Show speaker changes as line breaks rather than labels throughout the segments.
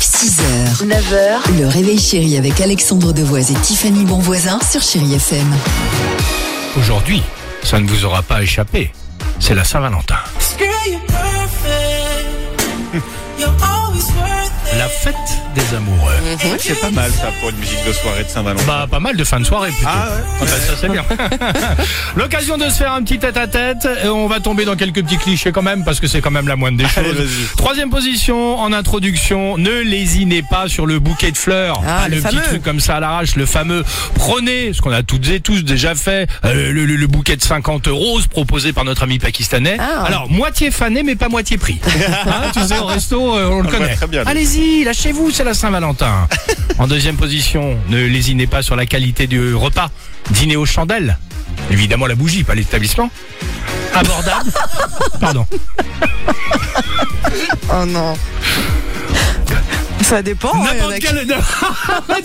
6h, 9h, le réveil chéri avec Alexandre Devoise et Tiffany Bonvoisin sur Chéri FM.
Aujourd'hui, ça ne vous aura pas échappé, c'est la Saint-Valentin.
Girl, you're perfect. You're always worth it.
La fête des amoureux.
C'est pas mal ça pour une musique de soirée de Saint-Valentin.
Bah, pas mal de fin de soirée plutôt. Ah bah, ça c'est bien. L'occasion de se faire un petit tête à tête. On va tomber dans quelques petits clichés quand même parce que c'est quand même la moindre des
Allez,
choses.
vas-y.
Troisième position en introduction. Ne lésinez pas sur le bouquet de fleurs.
Ah,
Pas
le
le petit
fameux.
truc comme ça à l'arrache, le fameux. Prenez ce qu'on a toutes et tous déjà fait, euh, le, le- le bouquet de 50 roses proposé par notre ami pakistanais.
Ah.
Alors moitié fané mais pas moitié pris. Hein, tu sais au resto euh, on le
le voit
connaît.
très bien, lui.
Allez-y, lâchez-vous, c'est la Saint-Valentin. en deuxième position, ne lésinez pas sur la qualité du repas. Dîner aux chandelles. Évidemment la bougie, pas l'établissement. Abordable. Pardon.
Oh non. Ça dépend. hein, il y en
N'importe
a qui-
quel.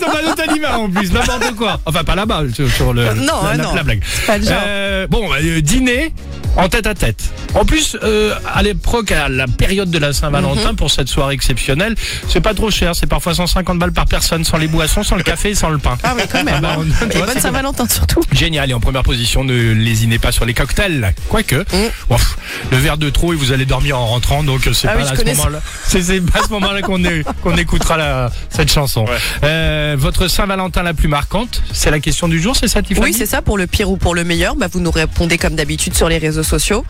Dans un autre animal en plus, n'importe quoi. Enfin, pas là-bas, sur, sur le.
Non,
la,
hein,
la-
non.
la blague.
C'est pas le genre.
Euh, bon, bah, euh, dîner en tête à tête. En plus, euh, à l'époque, à la période de la
Mhm.
Saint-Valentin, pour cette soirée exceptionnelle, c'est pas trop cher. C'est parfois 150 balles par personne, sans les boissons, sans le café, sans le pain.
Ah oui, quand même.
bah, on- tu
Et
vois,
bonne
c'est-
Saint-Valentin surtout.
Génial, et en première position, ne lésinez pas sur les cocktails. Quoique, bon, pff, le verre de trop et vous allez dormir en rentrant, donc euh, c'est
Mmh. Ah
pas
oui,
là
je
à
connais
ce
ça.
moment-là. C'est c'est pas à ce moment-là qu'on est- qu'on écoutera la- cette chanson. Euh, votre Saint-Valentin la plus marquante, c'est la question du jour, c'est ça Tiffany
Oui, c'est ça, pour le pire ou pour le meilleur. Bah, vous nous répondez comme d'habitude sur les réseaux sociaux.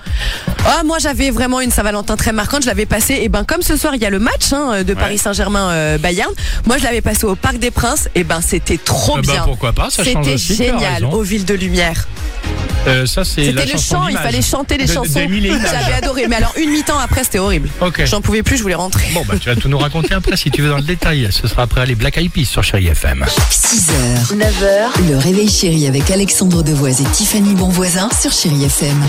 Ah, moi, j'avais vraiment une Saint-Valentin très marquante. Je l'avais passée, et ben, comme ce soir, il y a le match hein, de Paris Saint-Germain-Bayern. moi, je l'avais passée au Parc des Princes. Et ben, c'était trop
Eh ben,
bien.
pourquoi pas, ça change
C'était
aussi, tu as
génial,
raison.
aux villes de lumière.
Euh, ça, c'est la
C'était le
chanson
chant, il
d'image.
fallait chanter les
De- de-
chansons.
d'Emile et Iman.
J'avais adoré, mais alors une mi-temps après, c'était horrible.
Ok.
J'en pouvais plus, je voulais rentrer.
Bon, bah, tu vas tout nous raconter après si tu veux dans le détail. Ce sera après les Black Eyed Peas sur Chéri FM.
6h, 9h, le réveil chéri avec Alexandre Devoise et Tiffany Bonvoisin sur Chéri FM.